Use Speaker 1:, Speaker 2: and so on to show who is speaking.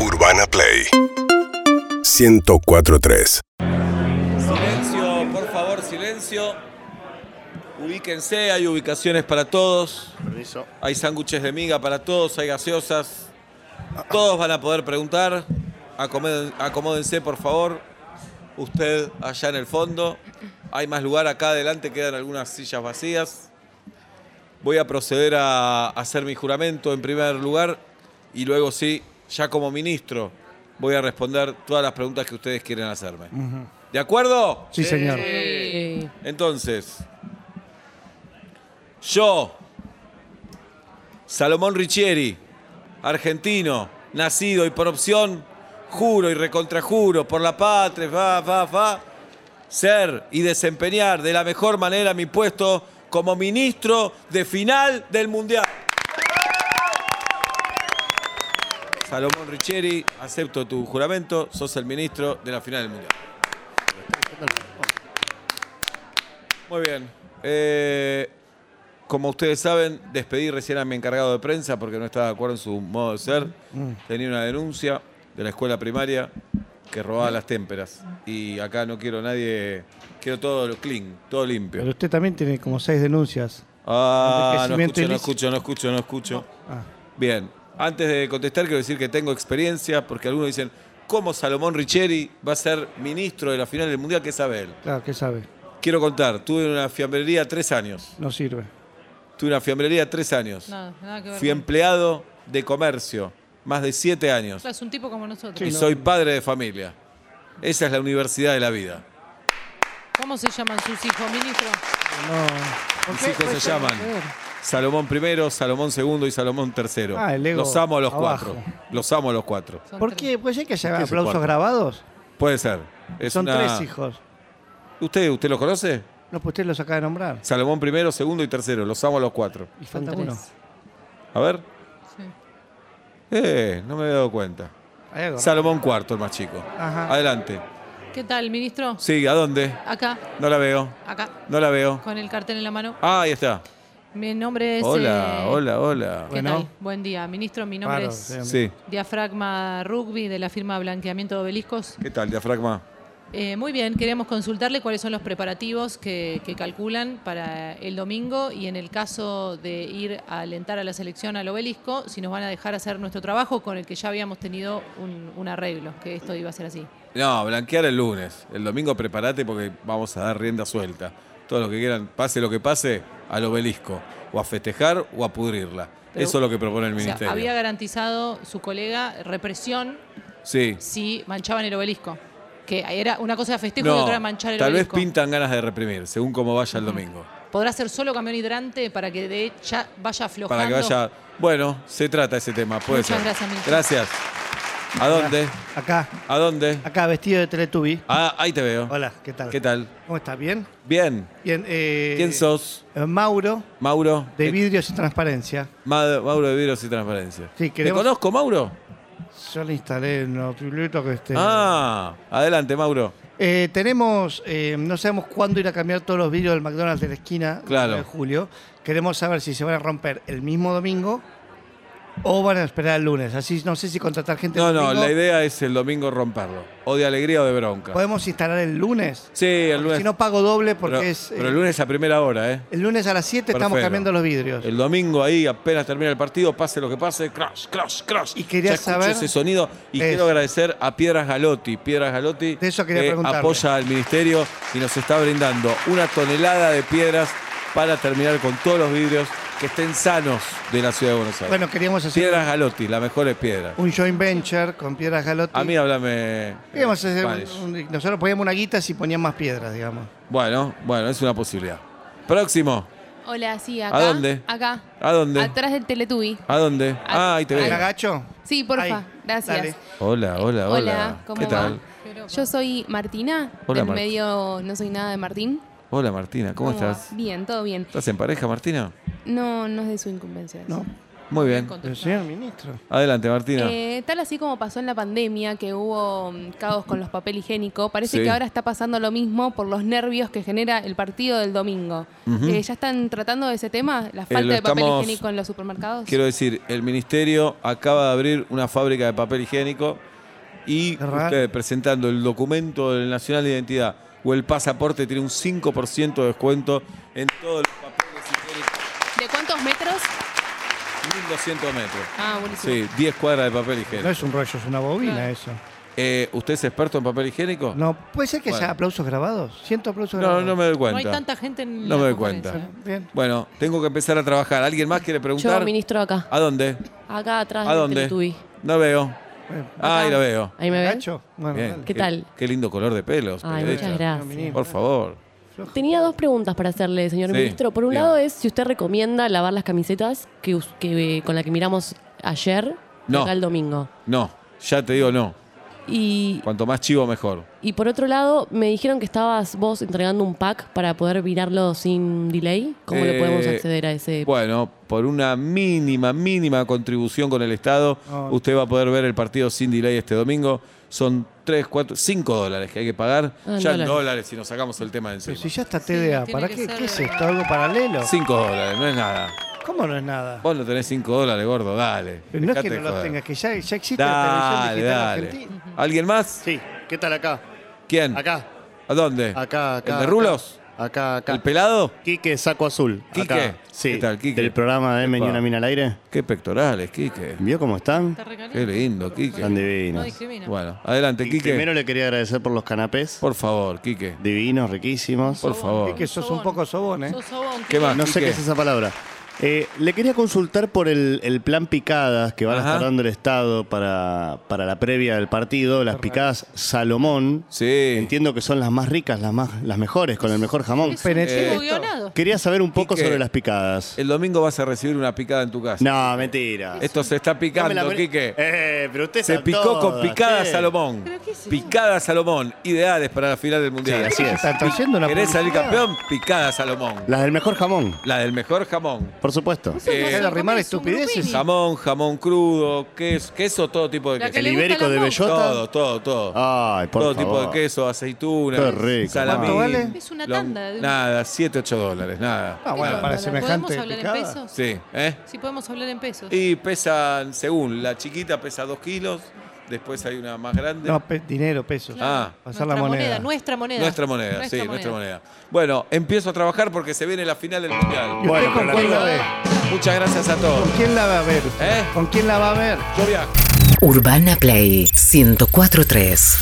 Speaker 1: Urbana Play 1043.
Speaker 2: Silencio, por favor, silencio. Ubíquense, hay ubicaciones para todos.
Speaker 3: Permiso.
Speaker 2: Hay sándwiches de miga para todos, hay gaseosas. Todos van a poder preguntar. Acomoden- acomódense, por favor. Usted allá en el fondo. Hay más lugar acá adelante, quedan algunas sillas vacías. Voy a proceder a hacer mi juramento en primer lugar y luego sí, ya como ministro, voy a responder todas las preguntas que ustedes quieren hacerme. ¿De acuerdo?
Speaker 4: Sí, señor.
Speaker 2: Entonces, yo, Salomón Richieri, argentino, nacido y por opción, juro y recontrajuro por la patria, va, va, va, ser y desempeñar de la mejor manera mi puesto como ministro de final del Mundial. Salomón Richieri, acepto tu juramento, sos el ministro de la final del Mundial. Muy bien. Eh, como ustedes saben, despedí recién a mi encargado de prensa porque no estaba de acuerdo en su modo de ser.
Speaker 4: Mm.
Speaker 2: Tenía una denuncia de la escuela primaria que robaba las témperas. Y acá no quiero nadie. Quiero todo lo clean, todo limpio.
Speaker 4: Pero usted también tiene como seis denuncias.
Speaker 2: Ah, no
Speaker 4: Enriquecimiento
Speaker 2: escucho, no
Speaker 4: ilícito.
Speaker 2: escucho, no escucho, no escucho.
Speaker 4: Ah.
Speaker 2: Bien, antes de contestar quiero decir que tengo experiencia porque algunos dicen, ¿cómo Salomón Richeri va a ser ministro de la final del Mundial? ¿Qué sabe él?
Speaker 4: Claro, ¿qué sabe?
Speaker 2: Quiero contar, tuve en una fiambrería tres años.
Speaker 4: No sirve.
Speaker 2: Tuve una fiambrería tres años.
Speaker 5: Nada, nada que ver.
Speaker 2: Fui
Speaker 5: con-
Speaker 2: empleado de comercio, más de siete años.
Speaker 5: Claro, Es un tipo como nosotros.
Speaker 2: y soy padre de familia. Esa es la universidad de la vida.
Speaker 5: ¿Cómo se llaman sus hijos, ministro?
Speaker 4: No.
Speaker 2: Mis hijos se llaman
Speaker 4: pues,
Speaker 2: Salomón I, Salomón II y Salomón III.
Speaker 4: Ah, el ego
Speaker 2: los amo a los
Speaker 4: abajo.
Speaker 2: cuatro. Los amo a los cuatro.
Speaker 5: Son
Speaker 4: ¿Por
Speaker 5: tres.
Speaker 4: qué? Pues hay que
Speaker 2: ¿Qué
Speaker 4: llevar
Speaker 2: es el
Speaker 4: aplausos
Speaker 2: cuarto?
Speaker 4: grabados.
Speaker 2: Puede ser. Es
Speaker 4: Son
Speaker 2: una-
Speaker 4: tres hijos.
Speaker 2: ¿Usted, ¿Usted los conoce?
Speaker 4: No, pues usted los acaba de nombrar.
Speaker 2: Salomón I, segundo y tercero. Los amo a los cuatro.
Speaker 4: Y
Speaker 5: Son
Speaker 4: falta
Speaker 5: tres.
Speaker 4: uno.
Speaker 2: A ver.
Speaker 5: Sí.
Speaker 2: Eh, no me había dado cuenta.
Speaker 4: Hay algo.
Speaker 2: Salomón cuarto, el más chico.
Speaker 4: Ajá.
Speaker 2: Adelante.
Speaker 5: ¿Qué tal, ministro?
Speaker 2: Sí, ¿a dónde?
Speaker 5: Acá,
Speaker 2: No la veo.
Speaker 5: acá,
Speaker 2: No la veo.
Speaker 5: con el cartel en la mano.
Speaker 2: Ah, ahí está.
Speaker 5: Mi nombre es.
Speaker 2: Hola,
Speaker 5: eh,
Speaker 2: hola, hola.
Speaker 5: ¿Qué
Speaker 4: Bueno.
Speaker 5: tal? Buen día, ministro. Mi nombre
Speaker 4: Paro,
Speaker 5: es
Speaker 4: sí.
Speaker 2: Sí.
Speaker 5: Diafragma Rugby de la firma Blanqueamiento de Obeliscos.
Speaker 2: ¿Qué tal, diafragma?
Speaker 5: Eh, muy bien, queríamos consultarle cuáles son los preparativos que, que calculan para el domingo y en el caso de ir a alentar a la selección al obelisco, si nos van a dejar hacer nuestro trabajo con el que ya habíamos tenido un, un arreglo, que esto iba a ser así.
Speaker 2: No, blanquear el lunes. El domingo prepárate porque vamos a dar rienda suelta. Todo lo que quieran, pase lo que pase, al obelisco. O a festejar o a pudrirla.
Speaker 5: Pero-
Speaker 2: Eso es lo que propone el
Speaker 5: O sea,
Speaker 2: ministerio.
Speaker 5: había garantizado su colega represión
Speaker 2: Sí.
Speaker 5: si manchaban el obelisco, que era una cosa de festejo y
Speaker 2: No,
Speaker 5: otra de manchar el
Speaker 2: tal vez
Speaker 5: obelisco.
Speaker 2: pintan ganas de reprimir, según cómo vaya el domingo.
Speaker 5: ¿Podrá ser solo camión hidrante para que de ya vaya aflojando?
Speaker 2: Para que vaya. Bueno, se trata ese tema. Puede
Speaker 5: Muchas
Speaker 2: ser.
Speaker 5: gracias, ministro.
Speaker 2: Gracias. ¿A dónde?
Speaker 4: Acá,
Speaker 2: ¿A dónde?
Speaker 4: acá, vestido de Teletubby.
Speaker 2: Ah, ahí te veo.
Speaker 4: Hola, ¿qué tal?
Speaker 2: ¿Qué tal?
Speaker 4: ¿Cómo estás? ¿Bien?
Speaker 2: Bien.
Speaker 4: Bien. eh,
Speaker 2: ¿Quién sos?
Speaker 4: eh, Mauro,
Speaker 2: Mauro. eh,
Speaker 4: de Vidrios y Transparencia.
Speaker 2: Ma- Mauro de Vidrios y Transparencia.
Speaker 4: Sí,
Speaker 2: ¿Te
Speaker 4: queremos-
Speaker 2: conozco, Mauro?
Speaker 4: Yo le instalé en los piblitos que este esté.
Speaker 2: Ah, adelante, Mauro.
Speaker 4: Eh, tenemos, eh, no sabemos cuándo ir a cambiar todos los vidrios del McDonald's de la esquina
Speaker 2: Claro.
Speaker 4: de julio. Queremos saber si se van a romper el mismo domingo o van a esperar el lunes. Así no sé si contratar gente.
Speaker 2: No,
Speaker 4: el
Speaker 2: no,
Speaker 4: Este domingo.
Speaker 2: la idea es el domingo romperlo. O de alegría o de bronca.
Speaker 4: Podemos instalar el lunes.
Speaker 2: Sí, el
Speaker 4: Porque
Speaker 2: lunes.
Speaker 4: Si no pago doble porque
Speaker 2: pero,
Speaker 4: es. eh,
Speaker 2: pero el lunes a primera hora, ¿eh?
Speaker 4: el lunes a las 7 estamos
Speaker 2: Perfecto.
Speaker 4: cambiando los vidrios.
Speaker 2: El domingo ahí, apenas termina el partido, pase lo que pase, crash, crash, crash.
Speaker 4: Y quería
Speaker 2: Ya escucho
Speaker 4: saber-
Speaker 2: ese sonido y
Speaker 4: Es.
Speaker 2: quiero agradecer a Piedras Galotti. Piedras Galotti
Speaker 4: De eso quería
Speaker 2: que
Speaker 4: preguntarle.
Speaker 2: apoya al ministerio y nos está brindando una tonelada de piedras para terminar con todos los vidrios que estén sanos de la ciudad de Buenos Aires.
Speaker 4: Bueno, pues, queríamos hacer
Speaker 2: piedras Galotti, las mejores piedras.
Speaker 4: un joint venture con piedras galotti.
Speaker 2: A mí háblame.
Speaker 4: Queríamos hacer un-
Speaker 2: Spanish.
Speaker 4: un- nosotros poníamos una guita si ponían más piedras, digamos.
Speaker 2: Bueno, bueno, es una posibilidad. Próximo.
Speaker 6: Hola, sí, acá.
Speaker 2: ¿A dónde?
Speaker 6: Acá.
Speaker 2: ¿A dónde?
Speaker 6: Atrás del Teletubby.
Speaker 2: ¿A dónde? Ah, ahí te
Speaker 4: ¿El
Speaker 2: veo.
Speaker 4: agacho?
Speaker 6: Sí, porfa,
Speaker 4: Ahí,
Speaker 6: gracias.
Speaker 4: dale.
Speaker 2: Hola, hola, hola.
Speaker 6: Hola, ¿cómo
Speaker 2: ¿Qué
Speaker 6: va?
Speaker 2: tal?
Speaker 6: Yo soy Martina,
Speaker 2: Hola,
Speaker 6: del
Speaker 2: Marti.
Speaker 6: medio No Soy Nada de Martín.
Speaker 2: Hola, Martina, ¿cómo,
Speaker 6: va?
Speaker 2: estás?
Speaker 6: Bien, todo bien.
Speaker 2: ¿Estás en pareja, Martina?
Speaker 6: No, no es de su incumbencia. eso.
Speaker 4: No.
Speaker 2: Muy bien.
Speaker 4: Pero señor ministro.
Speaker 2: Adelante, Martina.
Speaker 6: Eh, tal así como pasó en la pandemia, que hubo mm, caos con los papel higiénico, parece
Speaker 2: Sí.
Speaker 6: que ahora está pasando lo mismo por los nervios que genera el partido del domingo. Eh, ¿Ya están tratando de ese tema? ¿La falta
Speaker 2: Eh, lo
Speaker 6: de papel
Speaker 2: estamos-
Speaker 6: higiénico en los supermercados?
Speaker 2: Quiero decir, el ministerio acaba de abrir una fábrica de papel higiénico y
Speaker 4: Qué raro.
Speaker 2: ustedes presentando el documento del Nacional de Identidad o el pasaporte tiene un 5% de descuento en todos los papeles higiénicos,
Speaker 6: ¿De cuántos metros?
Speaker 2: 1200 metros.
Speaker 6: Ah, buenísimo.
Speaker 2: Sí, 10 cuadras de papel
Speaker 4: No
Speaker 2: higiénico.
Speaker 4: es un rollo, es una bobina
Speaker 6: Claro.
Speaker 4: eso.
Speaker 2: Eh, ¿Usted es experto en papel higiénico?
Speaker 4: No, ¿Puede ser que
Speaker 2: Oh. Bueno.
Speaker 4: sea aplausos grabados? ¿Siento aplausos
Speaker 2: no,
Speaker 4: grabados? Ah,
Speaker 2: no me doy
Speaker 5: No
Speaker 2: cuenta.
Speaker 5: hay tanta gente en
Speaker 2: No
Speaker 5: la
Speaker 2: me doy
Speaker 5: conferencia.
Speaker 2: cuenta.
Speaker 4: Bien.
Speaker 2: Bueno, tengo que empezar a trabajar. ¿Alguien más quiere
Speaker 1: Yo
Speaker 2: preguntar?
Speaker 1: ministro acá.
Speaker 2: ¿A dónde?
Speaker 1: Acá atrás
Speaker 2: ¿A
Speaker 1: de
Speaker 2: dónde?
Speaker 1: Teletubby.
Speaker 2: No veo. Ahí la veo.
Speaker 1: Ahí me ven.
Speaker 4: ¿Nacho? Bueno,
Speaker 2: Bien,
Speaker 4: dale.
Speaker 1: ¿Qué tal?
Speaker 2: Qué lindo color de pelos.
Speaker 1: Ay,
Speaker 2: periodista.
Speaker 1: muchas
Speaker 4: Bien.
Speaker 1: gracias.
Speaker 2: Por favor.
Speaker 1: Tenía dos preguntas para hacerle, señor
Speaker 2: Sí,
Speaker 1: ministro. Por un
Speaker 2: diga.
Speaker 1: lado es si usted recomienda lavar las camisetas que, us- que, eh, con la que miramos ayer
Speaker 2: No.
Speaker 1: acá el domingo.
Speaker 2: No, ya te digo no.
Speaker 1: Y,
Speaker 2: Cuanto más chivo, mejor.
Speaker 1: y por otro lado, me dijeron que estabas vos entregando un pack para poder mirarlo sin delay. ¿Cómo
Speaker 2: Eh,
Speaker 1: le podemos acceder a ese?
Speaker 2: Bueno, por una mínima, mínima contribución con el Estado,
Speaker 4: No.
Speaker 2: usted va a poder ver el partido sin delay este domingo. Son 3, 4, 5 dólares que hay que pagar.
Speaker 1: Ah, en
Speaker 2: ya en
Speaker 1: dólares.
Speaker 2: dólares si nos sacamos el tema de
Speaker 4: Pero
Speaker 2: encima.
Speaker 4: si ya está
Speaker 5: Sí,
Speaker 4: TDA,
Speaker 5: tiene
Speaker 4: ¿para
Speaker 5: que
Speaker 4: qué?
Speaker 5: ser-
Speaker 4: ¿Qué es esto? ¿Algo paralelo?
Speaker 2: 5 dólares, no es nada.
Speaker 4: ¿Cómo no es nada?
Speaker 2: Vos no tenés 5 dólares, gordo, dale.
Speaker 4: Pero no es
Speaker 2: Dejate
Speaker 4: que no
Speaker 2: de
Speaker 4: los
Speaker 2: joder.
Speaker 4: tengas, que ya, ya existe la televisión
Speaker 2: Dale,
Speaker 4: digital
Speaker 2: dale.
Speaker 4: argentina.
Speaker 2: ¿Alguien más?
Speaker 3: Sí, ¿qué tal acá?
Speaker 2: ¿Quién?
Speaker 3: Acá,
Speaker 2: ¿A dónde?
Speaker 3: acá, acá.
Speaker 2: ¿El de Rulos?
Speaker 3: Acá, acá.
Speaker 2: ¿El pelado?
Speaker 3: Quique Saco Azul.
Speaker 2: Quique.
Speaker 3: acá. Sí,
Speaker 2: ¿Qué tal, Quique?
Speaker 3: del programa de M y
Speaker 2: Epa.
Speaker 3: una mina al aire.
Speaker 2: Qué pectorales, Quique.
Speaker 3: ¿Vio cómo están?
Speaker 5: Está recaliente.
Speaker 2: Qué lindo,
Speaker 3: Están
Speaker 2: Quique.
Speaker 5: No
Speaker 3: divinos.
Speaker 5: discrimina.
Speaker 2: Bueno, adelante,
Speaker 3: Y Primero
Speaker 2: Quique.
Speaker 3: le quería agradecer por los canapés.
Speaker 2: Por favor, Quique.
Speaker 3: Divinos, riquísimos.
Speaker 2: Por favor.
Speaker 4: Es que sos un poco sobón, ¿eh?
Speaker 5: Sos sobón,
Speaker 2: ¿Qué más?
Speaker 3: No sé
Speaker 2: Quique.
Speaker 3: qué es esa palabra. Eh, le quería consultar por el, el plan picadas que van a
Speaker 2: Ajá.
Speaker 3: estar dando el Estado para, para la previa del partido. Las picadas Salomón.
Speaker 2: Sí.
Speaker 3: Entiendo que son las más ricas, las, más, las mejores, con el mejor jamón.
Speaker 5: Es un
Speaker 4: Penetré
Speaker 5: chivo guionado.
Speaker 3: Quería saber un poco
Speaker 2: Quique.
Speaker 3: sobre las picadas.
Speaker 2: Eh, El domingo vas a recibir una picada en tu casa.
Speaker 3: No, mentira.
Speaker 2: Esto se está
Speaker 3: Dame
Speaker 2: picando,
Speaker 3: la-
Speaker 2: Quique.
Speaker 3: Eh, pero usted
Speaker 2: se
Speaker 3: está
Speaker 2: picó con
Speaker 3: toda,
Speaker 2: picada
Speaker 3: sí.
Speaker 2: Salomón.
Speaker 5: ¿Pero qué es eso?
Speaker 2: Picada Salomón. Ideales para la final del
Speaker 3: Sí,
Speaker 2: mundial.
Speaker 3: así es.
Speaker 4: Está trayendo una
Speaker 2: ¿Querés salir
Speaker 4: publicidad.
Speaker 2: campeón? Picada Salomón.
Speaker 3: Las del mejor jamón,
Speaker 2: La del mejor jamón.
Speaker 3: por supuesto.
Speaker 5: Eso no
Speaker 2: Eh,
Speaker 5: se
Speaker 2: Dejar
Speaker 4: de
Speaker 5: come,
Speaker 4: rimar
Speaker 5: es un
Speaker 4: estupideces.
Speaker 5: grupini.
Speaker 2: Jamón, jamón crudo, queso, queso todo tipo de
Speaker 5: La
Speaker 2: queso.
Speaker 5: que
Speaker 3: El
Speaker 5: le gusta
Speaker 3: ibérico
Speaker 5: la
Speaker 3: de
Speaker 5: moca.
Speaker 3: bellota.
Speaker 2: Todo, todo, todo.
Speaker 3: Ay, por
Speaker 2: todo
Speaker 3: favor.
Speaker 2: tipo de queso, aceituna,
Speaker 3: Qué rico.
Speaker 2: salamín.
Speaker 4: ¿Cuánto vale?
Speaker 5: Es una tanda de un-
Speaker 2: Nada, 7, 8 dólares, nada.
Speaker 4: Ah, bueno, para
Speaker 5: ¿Podemos
Speaker 4: semejante
Speaker 5: hablar en
Speaker 4: picada.
Speaker 5: pesos?
Speaker 2: Sí, ¿eh?
Speaker 5: Sí, podemos hablar en pesos.
Speaker 2: Y pesan, según, la chiquita pesa 2 kilos, después hay una más grande.
Speaker 4: No, pe- dinero, pesos.
Speaker 2: Ah.
Speaker 4: Pasar la moneda.
Speaker 5: Nuestra moneda.
Speaker 2: Nuestra moneda, sí, nuestra moneda. Bueno, empiezo a trabajar porque se viene la final del
Speaker 4: ¿Y usted
Speaker 2: Mundial.
Speaker 3: Bueno,
Speaker 4: con
Speaker 3: pero
Speaker 4: quién
Speaker 3: la-
Speaker 4: la ve?
Speaker 2: Muchas gracias a todos.
Speaker 4: ¿Con quién la va a ver? usted?
Speaker 2: ¿Eh?
Speaker 4: ¿Con quién la va a ver?
Speaker 2: Yo viajo.
Speaker 7: Urbana Play 1043.